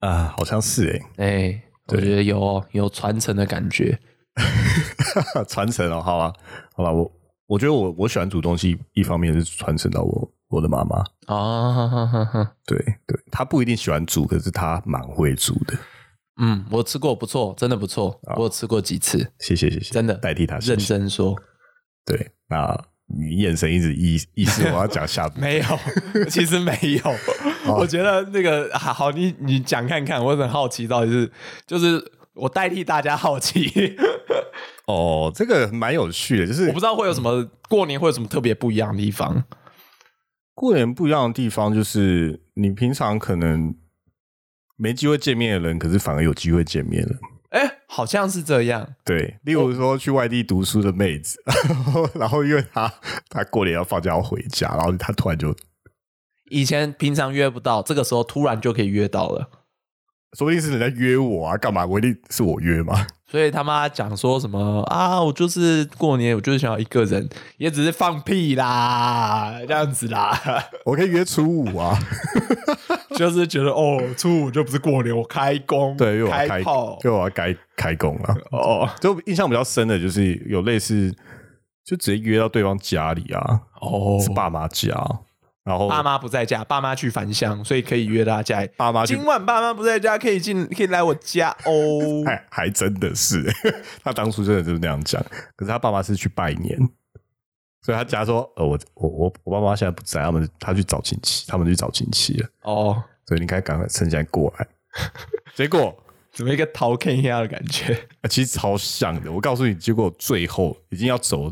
[SPEAKER 2] 啊，好像是
[SPEAKER 1] 哎、我
[SPEAKER 2] 对
[SPEAKER 1] 觉得有哦有传承的感觉。
[SPEAKER 2] 哎、 传承哦，好吧，好吧，我我觉得我我喜欢煮东西，一方面是传承到我我的妈妈，
[SPEAKER 1] 哦，哈哈哈哈
[SPEAKER 2] 对对，她不一定喜欢煮，可是她蛮会煮的，
[SPEAKER 1] 嗯，我吃过，不错，真的不错，我有吃过几次，
[SPEAKER 2] 谢谢谢谢，
[SPEAKER 1] 真的
[SPEAKER 2] 代替她谢谢
[SPEAKER 1] 认真说
[SPEAKER 2] 对，那你眼神一直意意思我要 讲下部，
[SPEAKER 1] 没有，其实没有。我觉得那个好好，你你讲看看，我很好奇，到底是就是我代替大家好奇，
[SPEAKER 2] 哦，这个蛮有趣的，就是
[SPEAKER 1] 我不知道会有什么过年会有什么特别不一样的地方。
[SPEAKER 2] 过年不一样的地方就是，你平常可能没机会见面的人，可是反而有机会见面了。
[SPEAKER 1] 哎、好像是这样。
[SPEAKER 2] 对，例如说去外地读书的妹子， 然后然后因为她她过年要放假要回家，然后她突然就，
[SPEAKER 1] 以前平常约不到，这个时候突然就可以约到了。
[SPEAKER 2] 说不定是人家约我啊，干嘛？我一定是我约 嘛？
[SPEAKER 1] 所以他妈讲说什么啊？我就是过年，我就是想要一个人，也只是放屁啦，这样子啦，
[SPEAKER 2] 我可以约初五啊，
[SPEAKER 1] 就是觉得哦，初五就不是过年，我开工，
[SPEAKER 2] 对，因为我要
[SPEAKER 1] 开
[SPEAKER 2] 开，
[SPEAKER 1] 炮，
[SPEAKER 2] 因为我要该开工了。
[SPEAKER 1] 哦
[SPEAKER 2] 就印象比较深的就是有类似，就直接约到对方家里啊，
[SPEAKER 1] 哦
[SPEAKER 2] 是爸妈家，然后
[SPEAKER 1] 爸妈不在家，爸妈去返乡，所以可以约大家。
[SPEAKER 2] 爸妈去
[SPEAKER 1] 今晚爸妈不在家，可以进，可以来我家哦。
[SPEAKER 2] 还还真的是， 他当初真的就是那样讲。可是他爸妈是去拜年，所以他家说，呃，我我我我爸妈现在不在，他们他去找亲戚，他们去找亲戚了，
[SPEAKER 1] 哦，
[SPEAKER 2] 所以你应该赶快趁现在过来。结果、
[SPEAKER 1] 怎么一个逃 K 一样的感觉？
[SPEAKER 2] 呃其实超像的，我告诉你，结果最后已经要走，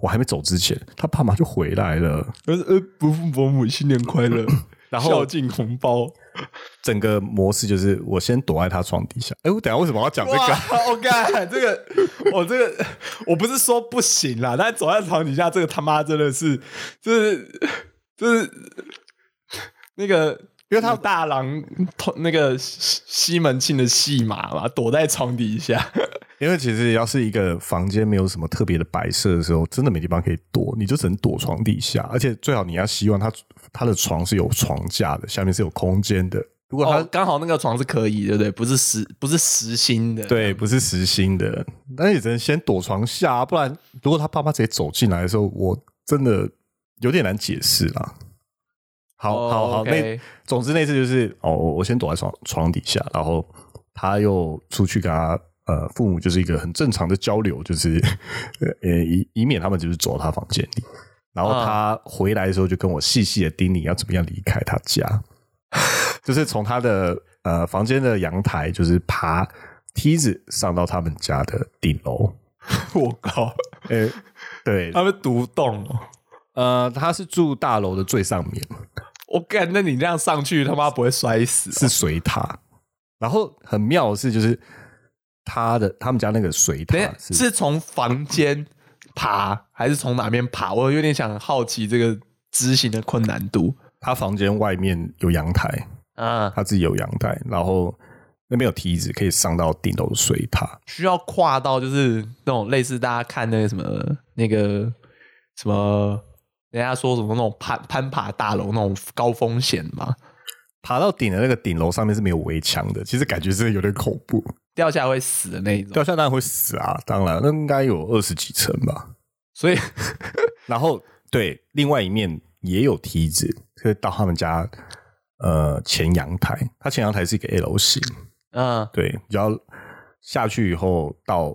[SPEAKER 2] 我还没走之前，他爸妈就回来了，
[SPEAKER 1] 就是呃，伯父伯母新年快 乐，
[SPEAKER 2] 然后
[SPEAKER 1] 尽红包。
[SPEAKER 2] 整个模式就是我先躲在他床底下。哎，我等一下为什么要讲这
[SPEAKER 1] 哇
[SPEAKER 2] 个？
[SPEAKER 1] 我干 这个，我这个我不是说不行啦，但走在床底下，这个他妈真的是，就是就是那个，
[SPEAKER 2] 因为他
[SPEAKER 1] 武大郎同那个西西门庆的戏码嘛，躲在床底下。
[SPEAKER 2] 因为其实要是一个房间没有什么特别的摆设的时候，真的没地方可以躲，你就只能躲床底下，而且最好你要希望他他的床是有床架的，下面是有空间的。如果他、
[SPEAKER 1] 哦，刚好那个床是可以，对不对？不是实不是实心的，
[SPEAKER 2] 对不是实心的，那也只能先躲床下、啊不然如果他爸妈直接走进来的时候，我真的有点难解释啦。好、
[SPEAKER 1] 哦
[SPEAKER 2] 好好，那
[SPEAKER 1] OK
[SPEAKER 2] 总之那次就是哦，我我先躲在床床底下，然后他又出去跟他呃父母就是一个很正常的交流，就是 呃以以免他们就是走到他房间里。然后他回来的时候就跟我细细的叮咛要怎么样离开他家， 就是从他的呃房间的阳台就是爬梯子上到他们家的顶楼。
[SPEAKER 1] 我靠，
[SPEAKER 2] 呃， 对，
[SPEAKER 1] 他们独栋哦。
[SPEAKER 2] 呃，他是住大楼的最上面，
[SPEAKER 1] 我干，那你这样上去，他妈不会摔死哦、
[SPEAKER 2] 是水塔。然后很妙的是，就是他的他们家那个水塔
[SPEAKER 1] 等一下，
[SPEAKER 2] 是
[SPEAKER 1] 是从房间爬还是从哪边爬？我有点想好奇这个执行的困难度。
[SPEAKER 2] 他房间外面有阳台，
[SPEAKER 1] 啊，
[SPEAKER 2] 他自己有阳台，然后那边有梯子可以上到顶楼的水塔。
[SPEAKER 1] 需要跨到就是那种类似大家看那个什么那个什么，人家说什么那种攀攀爬大楼那种高风险嘛，
[SPEAKER 2] 爬到顶的那个顶楼上面是没有围墙的，其实感觉真的有点恐怖。
[SPEAKER 1] 掉下来会死的那一种。
[SPEAKER 2] 掉下当然会死啊，当然那应该有二十几层吧。
[SPEAKER 1] 所以
[SPEAKER 2] 然后对，另外一面也有梯子，可以到他们家呃前阳台，他前阳台是一个 L 型，
[SPEAKER 1] 嗯，
[SPEAKER 2] 对，然后下去以后到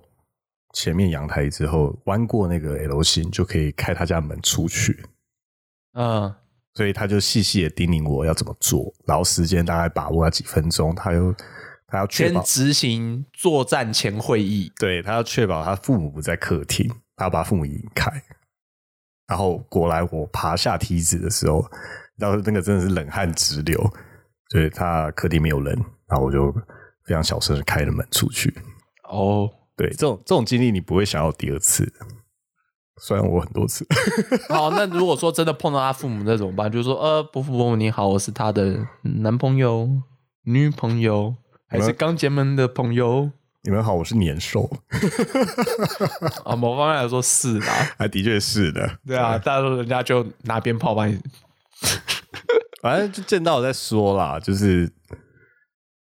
[SPEAKER 2] 前面阳台之后，弯过那个 L 型就可以开他家门出去。
[SPEAKER 1] 嗯，
[SPEAKER 2] 所以他就细细的叮咛我要怎么做，然后时间大概把握要几分钟，他又他要确
[SPEAKER 1] 先
[SPEAKER 2] 保，
[SPEAKER 1] 执行作战前会议。
[SPEAKER 2] 对他要确保他父母不在客厅，他要把父母引开。然后果然我爬下梯子的时候，然后那个真的是冷汗直流，就是他客厅没有人，然后我就非常小声的开了门出去。
[SPEAKER 1] 哦，
[SPEAKER 2] 对，这种这种经历你不会想要有第二次，虽然我很多次，
[SPEAKER 1] 好，那如果说真的碰到他父母，那怎么办？就是说，呃，伯父伯母你好，我是他的男朋友、女朋友，还是刚结盟的朋友？
[SPEAKER 2] 你们好，我是年兽，
[SPEAKER 1] 啊，某方面来说是啦，
[SPEAKER 2] 还的确是的，
[SPEAKER 1] 对啊，大多人家就拿鞭炮把你，
[SPEAKER 2] 反正就见到我再说啦，就是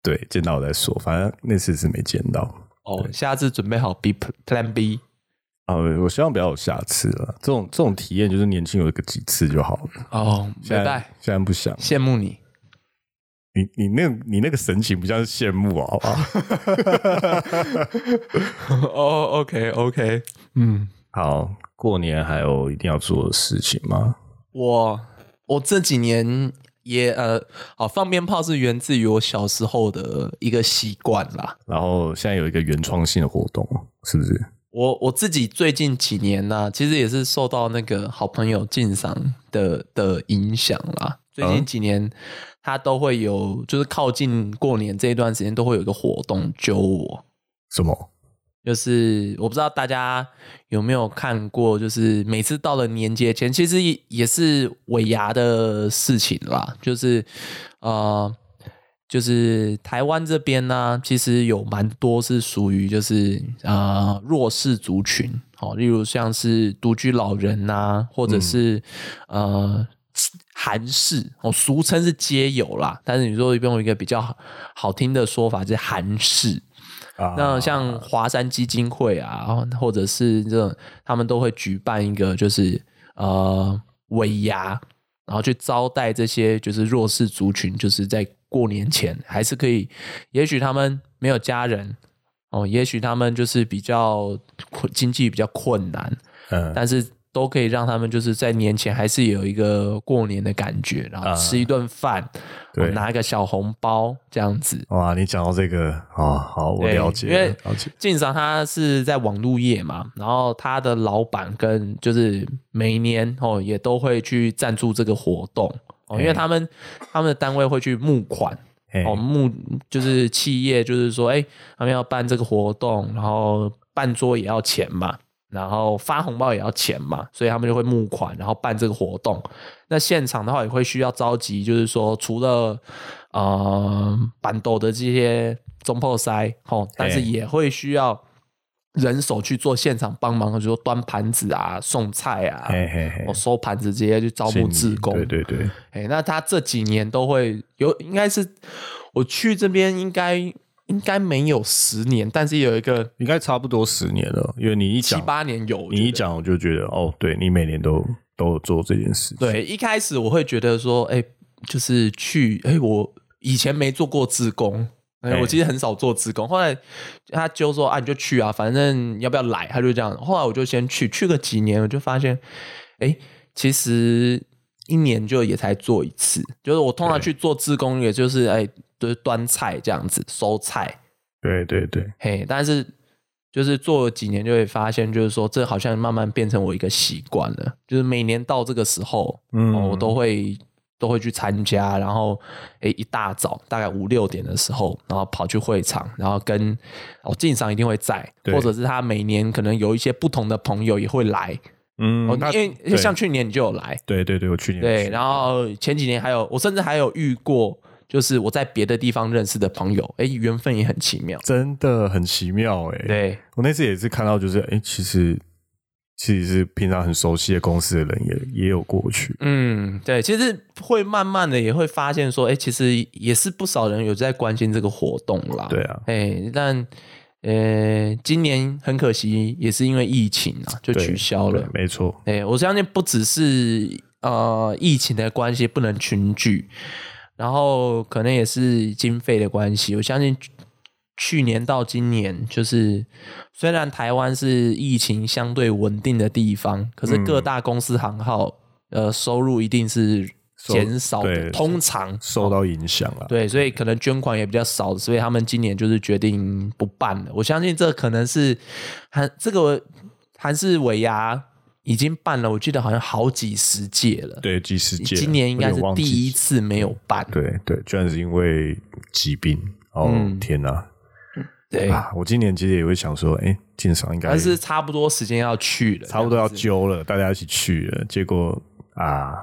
[SPEAKER 2] 对，见到我再说，反正那次是没见到，
[SPEAKER 1] 哦，下次准备好 B Plan B。
[SPEAKER 2] 啊、我希望不要有下次了，这种这种体验就是年轻有个几次就好了，
[SPEAKER 1] 哦，
[SPEAKER 2] 现
[SPEAKER 1] 没
[SPEAKER 2] 在
[SPEAKER 1] 带，
[SPEAKER 2] 现在不想，
[SPEAKER 1] 羡慕你。
[SPEAKER 2] 你你那你那个神情不像是羡慕啊，好 不好
[SPEAKER 1] 哦，OK OK，嗯，
[SPEAKER 2] 好，过年还有一定要做的事情吗？
[SPEAKER 1] 我我这几年也呃，好放鞭炮是源自于我小时候的一个习惯啦。
[SPEAKER 2] 然后现在有一个原创性的活动，是不是？
[SPEAKER 1] 我我自己最近几年呢、其实也是受到那个好朋友晋赏的的影响啦。最近几年，他都会有，就是靠近过年这一段时间，都会有一个活动揪我。
[SPEAKER 2] 什么？
[SPEAKER 1] 就是我不知道大家有没有看过，就是每次到了年节前，其实也也是尾牙的事情啦。就是呃，就是台湾这边呢、其实有蛮多是属于就是呃弱势族群，哦，例如像是独居老人呐、或者是、呃。韩式哦，俗称是街友啦，但是你说用一个比较好好听的说法，就是韩式。
[SPEAKER 2] 啊
[SPEAKER 1] 那像华山基金会啊，或者是这种，他们都会举办一个就是呃尾牙，然后去招待这些就是弱势族群，就是在过年前还是可以，也许他们没有家人哦，也许他们就是比较困经济比较困难，
[SPEAKER 2] 嗯
[SPEAKER 1] 但是都可以让他们就是在年前还是有一个过年的感觉，然后吃一顿饭，
[SPEAKER 2] 对
[SPEAKER 1] 哦拿一个小红包这样子，
[SPEAKER 2] 哇，你讲到这个哦，好，我
[SPEAKER 1] 对
[SPEAKER 2] 了解，
[SPEAKER 1] 哎因为
[SPEAKER 2] 了解，
[SPEAKER 1] 晋赏他是在网络业嘛，然后他的老板跟就是每年哦也都会去赞助这个活动哦，
[SPEAKER 2] 哎
[SPEAKER 1] 因为他们他们的单位会去募款
[SPEAKER 2] 嘿
[SPEAKER 1] 哦，募就是企业就是说，哎，他们要办这个活动，然后办桌也要钱嘛，然后发红包也要钱嘛，所以他们就会募款，然后办这个活动。那现场的话也会需要召集，就是说除了呃板斗的这些中破塞吼，但是也会需要人手去做现场帮忙，比如说端盘子啊、送菜啊、
[SPEAKER 2] 嘿嘿嘿
[SPEAKER 1] 哦，收盘子这些，去招募志工。
[SPEAKER 2] 对对对，
[SPEAKER 1] 哎，那他这几年都会有，应该是我去这边应该应该没有十年，但是有一个
[SPEAKER 2] 应该差不多十年了，因为你一
[SPEAKER 1] 七
[SPEAKER 2] 讲，
[SPEAKER 1] 八年有。我
[SPEAKER 2] 你一
[SPEAKER 1] 觉得
[SPEAKER 2] 讲我就觉得哦，对你每年都都有做这件事情，
[SPEAKER 1] 对，一开始我会觉得说，哎，就是去，哎，我以前没做过志工。哎，
[SPEAKER 2] 哎
[SPEAKER 1] 我其实很少做志工，后来他就说啊，你就去啊，反正要不要来，他就这样。后来我就先去，去个几年，我就发现，哎，其实一年就也才做一次，就是我通常
[SPEAKER 2] 对
[SPEAKER 1] 去做志工，也就是哎，就是端菜这样子，收菜，
[SPEAKER 2] 对对对，
[SPEAKER 1] 嘿，但是就是做了几年就会发现，就是说这好像慢慢变成我一个习惯了，就是每年到这个时候，
[SPEAKER 2] 嗯
[SPEAKER 1] 哦、我都会都会去参加，然后诶一大早大概五六点的时候，然后跑去会场，然后跟哦进场一定会在，
[SPEAKER 2] 对
[SPEAKER 1] 或者是他每年可能有一些不同的朋友也会来，
[SPEAKER 2] 嗯
[SPEAKER 1] 哦，
[SPEAKER 2] 那
[SPEAKER 1] 因为因
[SPEAKER 2] 对
[SPEAKER 1] 为像去年你就有来，
[SPEAKER 2] 对对对，我去年
[SPEAKER 1] 对，
[SPEAKER 2] 去
[SPEAKER 1] 然后前几年还有我甚至还有遇过。就是我在别的地方认识的朋友，诶，缘分也很奇妙。
[SPEAKER 2] 真的很奇妙哎、
[SPEAKER 1] 对，
[SPEAKER 2] 我那次也是看到，就是哎、诶其实其实是平常很熟悉的公司的人也也有过去，
[SPEAKER 1] 嗯，对，其实会慢慢的也会发现说，哎，其实也是不少人有在关心这个活动啦。
[SPEAKER 2] 对，啊，
[SPEAKER 1] 哎，但呃，今年很可惜，也是因为疫情啊，就
[SPEAKER 2] 对
[SPEAKER 1] 取消了
[SPEAKER 2] 对。没错，
[SPEAKER 1] 哎，我相信不只是呃疫情的关系不能群聚，然后可能也是经费的关系。我相信去去年到今年，就是虽然台湾是疫情相对稳定的地方，可是
[SPEAKER 2] 嗯
[SPEAKER 1] 各大公司行号、呃收入一定是
[SPEAKER 2] 收
[SPEAKER 1] 减少的，
[SPEAKER 2] 对
[SPEAKER 1] 通常
[SPEAKER 2] 受到影响啊了，
[SPEAKER 1] 哦对，所以可能捐款也比较少，所以他们今年就是决定不办了。我相信这可能是韩这个韩式尾牙已经办了，我记得好像好几十届了，
[SPEAKER 2] 对，即世界
[SPEAKER 1] 今年应该
[SPEAKER 2] 我
[SPEAKER 1] 是
[SPEAKER 2] 有点忘记
[SPEAKER 1] 第一次没有办。
[SPEAKER 2] 对对，居然是因为疾病，哦、
[SPEAKER 1] 嗯
[SPEAKER 2] 天哪、
[SPEAKER 1] 对，
[SPEAKER 2] 啊，我今年其实也会想说，哎、进赏应该
[SPEAKER 1] 但是差不多时间要去了，
[SPEAKER 2] 差不多要
[SPEAKER 1] 这样子
[SPEAKER 2] 揪了，大家一起去了，结果啊，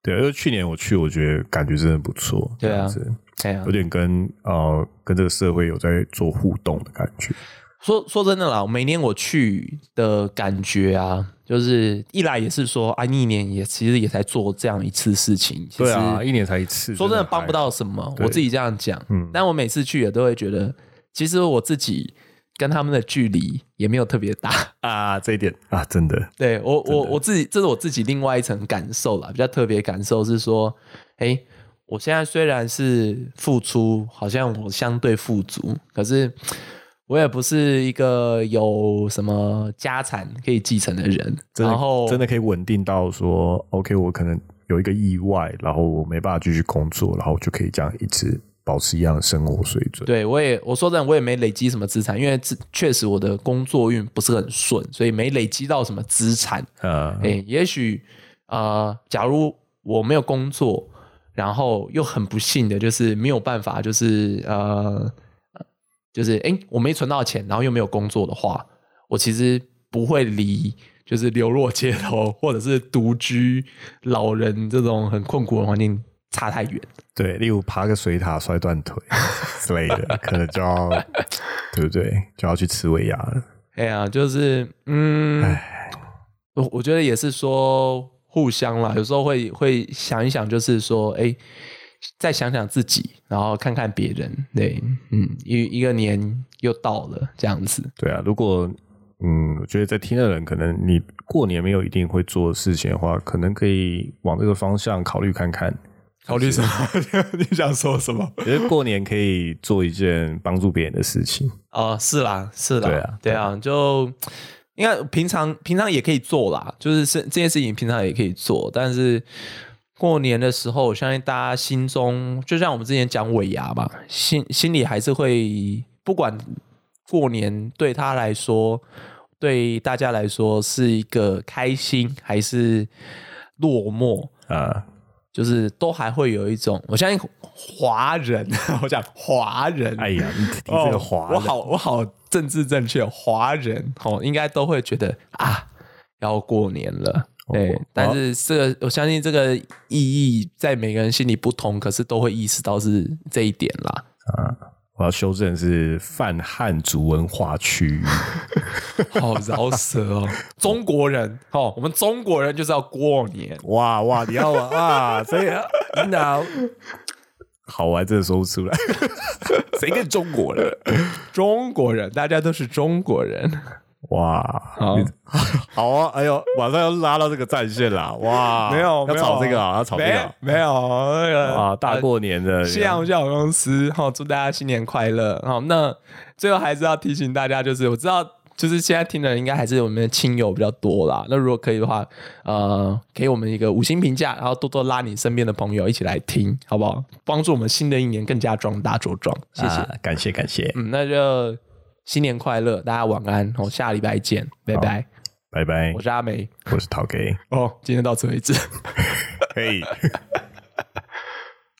[SPEAKER 2] 对，因为去年我去，我觉得感觉真的不错，
[SPEAKER 1] 对啊
[SPEAKER 2] 这样子
[SPEAKER 1] 对啊
[SPEAKER 2] 有。点跟呃跟这个社会有在做互动的感觉，
[SPEAKER 1] 说说真的啦，每年我去的感觉啊，就是一来也是说啊，你一年也其实也才做这样一次事情，其实
[SPEAKER 2] 对啊，一年才一次，
[SPEAKER 1] 说真的
[SPEAKER 2] 的
[SPEAKER 1] 帮不到什么，
[SPEAKER 2] 对
[SPEAKER 1] 我自己这样讲。
[SPEAKER 2] 嗯
[SPEAKER 1] 但我每次去也都会觉得，其实我自己跟他们的距离也没有特别大。
[SPEAKER 2] 啊，这一点啊，真的
[SPEAKER 1] 对我
[SPEAKER 2] 真的
[SPEAKER 1] 我我自己，这是我自己另外一层感受啦，比较特别感受是说，哎，我现在虽然是付出，好像我相对富足，可是。我也不是一个有什么家产可以继承的人，
[SPEAKER 2] 真的
[SPEAKER 1] 然后
[SPEAKER 2] 真的可以稳定到说，OK，我可能有一个意外，然后我没办法继续工作，然后我就可以这样一直保持一样的生活水准。
[SPEAKER 1] 对，我也我说真的，我也没累积什么资产，因为自确实我的工作运不是很顺，所以没累积到什么资产。
[SPEAKER 2] 呃，
[SPEAKER 1] 诶、也许呃，假如我没有工作，然后又很不幸的就是没有办法，就是呃，就是诶、我没存到钱，然后又没有工作的话，我其实不会离。就是流落街头，或者是独居老人这种很困苦的环境差太远。
[SPEAKER 2] 对，例如爬个水塔摔断腿之类的，可能就要对不对？就要去吃尾牙了。
[SPEAKER 1] 哎呀，就是嗯，
[SPEAKER 2] 唉，
[SPEAKER 1] 我我觉得也是说互相啦，有时候会会想一想，就是说，哎，再想想自己，然后看看别人，对，嗯，一一个年又到了这样子，
[SPEAKER 2] 对啊，如果嗯，我觉得在听的人，可能你过年没有一定会做的事情的话，可能可以往这个方向考虑看看。
[SPEAKER 1] 考虑什么？哦 你想说什么？
[SPEAKER 2] 觉得过年可以做一件帮助别人的事情。
[SPEAKER 1] 哦，是啦，是啦，
[SPEAKER 2] 对啊
[SPEAKER 1] 对啊，就应该平常平常也可以做啦，就是是这件事情平常也可以做，但是过年的时候，我相信大家心中，就像我们之前讲尾牙吧，心心里还是会不管过年对他来说，对大家来说是一个开心还是落寞，
[SPEAKER 2] 啊，
[SPEAKER 1] 就是都还会有一种，我相信华人， 我讲华人，
[SPEAKER 2] 哎呀，你提这个华
[SPEAKER 1] 哦，我
[SPEAKER 2] 人，
[SPEAKER 1] 好我好政治正确，华人哦，应该都会觉得啊，要过年了。对
[SPEAKER 2] 哦，
[SPEAKER 1] 但是这个我相信这个意义在每个人心里不同，可是都会意识到是这一点 啦。
[SPEAKER 2] 我要修正是泛汉族文化区域。
[SPEAKER 1] 好饶舌哦，中国人哦，我们中国人就是要过 年，
[SPEAKER 2] 哇哇，你要玩啊？所以那好，我还真的说不出来。 谁跟中国人？
[SPEAKER 1] 中国人大家都是中国人。哦
[SPEAKER 2] 哇，
[SPEAKER 1] 好，
[SPEAKER 2] 好啊！哎呦，马上要拉到这个战线啦！哇，
[SPEAKER 1] 没有
[SPEAKER 2] 要炒这个啊，要炒这个啊
[SPEAKER 1] 没没有那个
[SPEAKER 2] 啊！大
[SPEAKER 1] 呃
[SPEAKER 2] 过年的，
[SPEAKER 1] 夕阳小公司，好、祝大家新年快乐。好、那最后还是要提醒大家，就是我知道，就是现在听的人应该还是我们的亲友比较多啦。那如果可以的话，呃，给我们一个五星评价，然后多多拉你身边的朋友一起来听，好不好？帮助我们新的一年更加壮大茁壮。谢谢。
[SPEAKER 2] 啊，感谢感谢，
[SPEAKER 1] 嗯，那就新年快乐，大家晚安。我、下礼拜见，拜拜。
[SPEAKER 2] 拜拜
[SPEAKER 1] 我，是阿梅。
[SPEAKER 2] 我是陶 K，
[SPEAKER 1] 哦，今天到此为止。
[SPEAKER 2] 嘿。